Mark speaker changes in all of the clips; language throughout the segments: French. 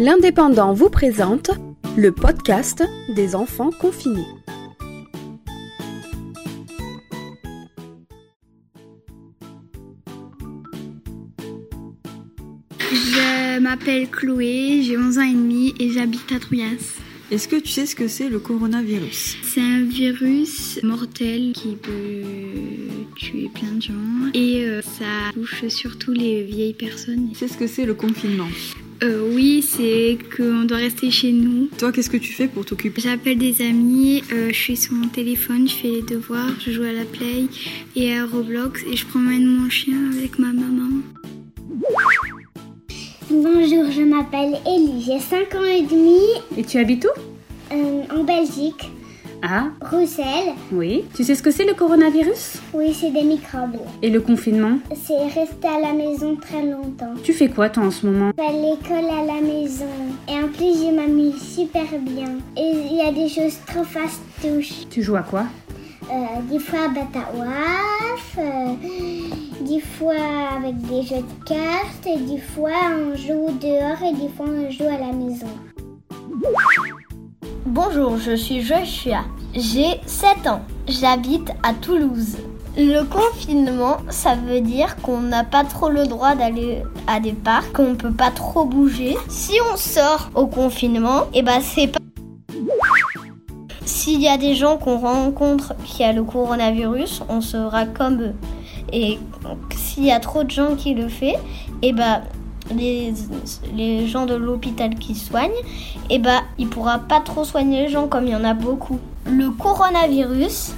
Speaker 1: L'Indépendant vous présente le podcast des enfants confinés.
Speaker 2: Je m'appelle Chloé, j'ai 11 ans et demi et j'habite à Trouillas.
Speaker 3: Est-ce que tu sais ce que c'est le coronavirus
Speaker 2: C'est un virus mortel qui peut tuer plein de gens et euh, ça touche surtout les vieilles personnes.
Speaker 3: Tu sais ce que c'est le confinement
Speaker 2: Euh, oui, c'est qu'on doit rester chez nous.
Speaker 3: Toi, qu'est-ce que tu fais pour t'occuper
Speaker 2: J'appelle des amis, euh, je suis sur mon téléphone, je fais les devoirs, je joue à la Play et à Roblox et je promène mon chien avec ma maman.
Speaker 4: Bonjour, je m'appelle Ellie, j'ai 5 ans et demi
Speaker 5: Et tu habites où
Speaker 4: euh, en Belgique,
Speaker 5: Ah,
Speaker 4: Bruxelles.
Speaker 5: oui. Tu sais ce que c'est le coronavirus
Speaker 4: Oui, c'est des microbes.
Speaker 5: Et le confinement
Speaker 4: C'est rester à la maison très longtemps.
Speaker 5: Tu fais quoi toi en ce moment
Speaker 4: Je vais à l'école à la maison. Et en plus, j'ai m'amuse super bien. Et il y a des choses trop fastouches.
Speaker 5: Tu joues à quoi
Speaker 4: Euh, des fois à Batawaf, euh, des fois avec des jeux de cartes, et des fois on joue dehors et des fois on joue à la maison.
Speaker 6: Bonjour, je suis Joshua. J'ai 7 ans. J'habite à Toulouse. Le confinement, ça veut dire qu'on n'a pas trop le droit d'aller à des parcs, qu'on peut pas trop bouger. Si on sort au confinement, et ben c'est pas S'il y a des gens qu'on rencontre qui a le coronavirus, on sera comme eux. Et s'il y a trop de gens qui le fait, et ben les, les gens de l'hôpital qui soignent et bah il pourra pas trop soigner les gens comme il y en a beaucoup. Le coronavirus,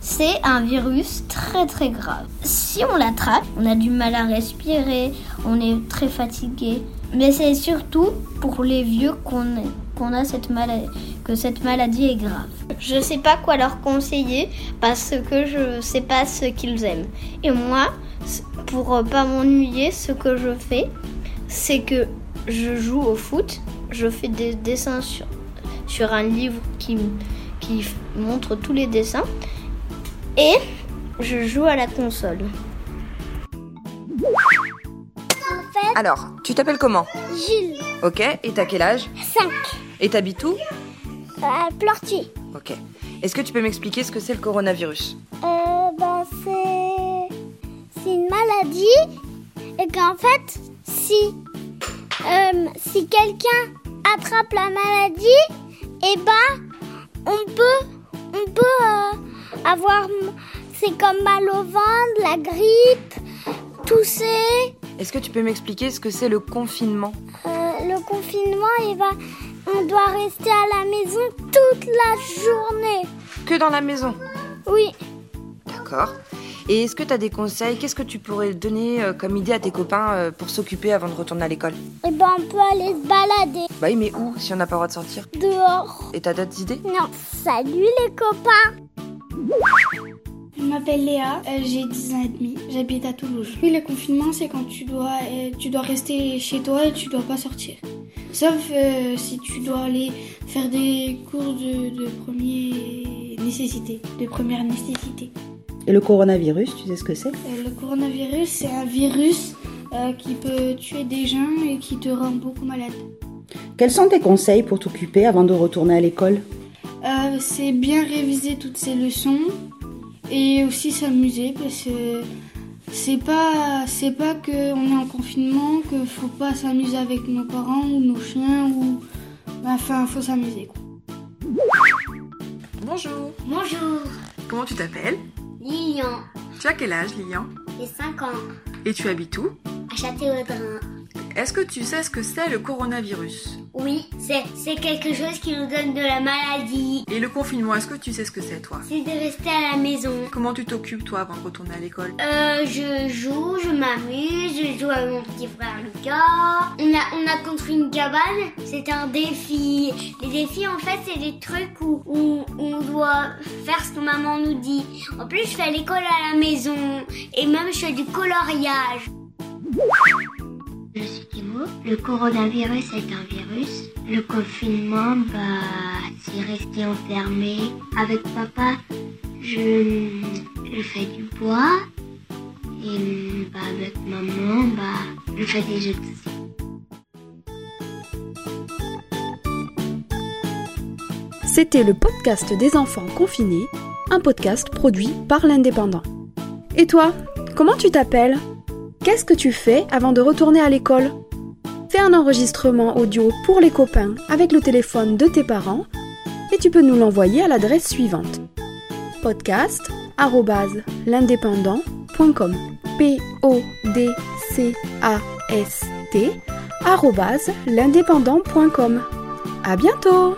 Speaker 6: c'est un virus très très grave. Si on l'attrape, on a du mal à respirer, on est très fatigué. Mais c'est surtout pour les vieux qu'on qu'on a cette maladie, que cette maladie est grave. Je sais pas quoi leur conseiller parce que je sais pas ce qu'ils aiment. Et moi, pour euh, pas m'ennuyer, ce que je fais, c'est que je joue au foot, je fais des dessins sur, sur un livre qui, m- qui f- montre tous les dessins et je joue à la console.
Speaker 7: Alors, tu t'appelles comment
Speaker 4: Jules,
Speaker 7: Ok, et t'as quel âge
Speaker 4: 5,
Speaker 7: Et t'habites où
Speaker 4: à
Speaker 7: Ok. Est-ce que tu peux m'expliquer ce que c'est le coronavirus
Speaker 4: Euh, ben, c'est. C'est une maladie. Et qu'en fait, si. euh, si quelqu'un attrape la maladie, et ben, on peut. On peut euh, avoir. C'est comme mal au ventre, la grippe, tousser.
Speaker 7: Est-ce que tu peux m'expliquer ce que c'est le confinement
Speaker 4: Euh, le confinement, et ben, on doit rester à la maison toute la journée.
Speaker 7: Que dans la maison
Speaker 4: Oui.
Speaker 7: D'accord. Et est-ce que t'as des conseils Qu'est-ce que tu pourrais donner euh, comme idée à tes copains euh, pour s'occuper avant de retourner à l'école
Speaker 4: Et ben, on peut aller se balader
Speaker 7: Bah oui, mais où si on n'a pas le droit de sortir
Speaker 4: dehors.
Speaker 7: Et t'as d'autres idées
Speaker 4: Non. Salut les copains
Speaker 2: Je m'appelle Léa, euh, j'ai 10 ans et demi, j'habite à Toulouse. Oui, le confinement, c'est quand tu dois, euh, tu dois rester chez toi et tu dois pas sortir. Sauf euh, si tu dois aller faire des cours de, de première nécessité, de première nécessité.
Speaker 8: Et le coronavirus, tu sais ce que c'est
Speaker 2: Euh, le coronavirus, c'est un virus euh, qui peut tuer des gens et qui te rend beaucoup malade.
Speaker 8: Quels sont tes conseils pour t'occuper avant de retourner à l'école
Speaker 2: Euh, c'est bien réviser toutes ses leçons et aussi s'amuser parce que c'est pas c'est pas que on est en confinement que faut pas s'amuser avec nos parents ou nos chiens ou enfin faut s'amuser quoi.
Speaker 7: Bonjour.
Speaker 9: Bonjour,
Speaker 7: Comment tu t'appelles
Speaker 9: Lilian,
Speaker 7: Tu as quel âge, Lilian
Speaker 9: j'ai 5 ans,
Speaker 7: Et tu habites où
Speaker 9: à Château-Audrin.
Speaker 7: Est-ce que tu sais ce que c'est le coronavirus
Speaker 9: Oui, c'est c'est quelque chose qui nous donne de la maladie.
Speaker 7: Et le confinement, est-ce que tu sais ce que c'est, toi
Speaker 9: C'est de rester à la maison.
Speaker 7: Comment tu t'occupes, toi, avant de retourner à l'école
Speaker 9: Euh, je joue, je m'amuse, je joue avec mon petit frère Lucas. On a, on a construit une cabane, c'était un défi. Les défis, en fait, c'est des trucs où, où on doit faire ce que maman nous dit. En plus, je fais l'école à la maison et même je fais du coloriage.
Speaker 10: Je suis Timo. Le coronavirus est un virus. Le confinement, bah, c'est rester enfermé. Avec papa, je, je fais du bois.
Speaker 4: 嗯
Speaker 10: Et bah, avec maman, bah, je fais des jeux de société.
Speaker 1: C'était le podcast des enfants confinés, un podcast produit par l'indépendant. Et toi, comment tu t'appelles Qu'est-ce que tu fais avant de retourner à l'école Fais un enregistrement audio pour les copains avec le téléphone de tes parents et tu peux nous l'envoyer à l'adresse suivante podcast@l'indépendant.com p o d c a s t l'indépendant.com. À bientôt.